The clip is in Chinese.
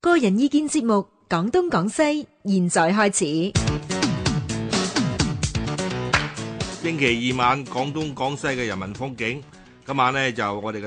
個人意見節目《講東講西》，現在開始。星期二晚廣東廣西嘅人民風景，今晚呢，就我哋嘅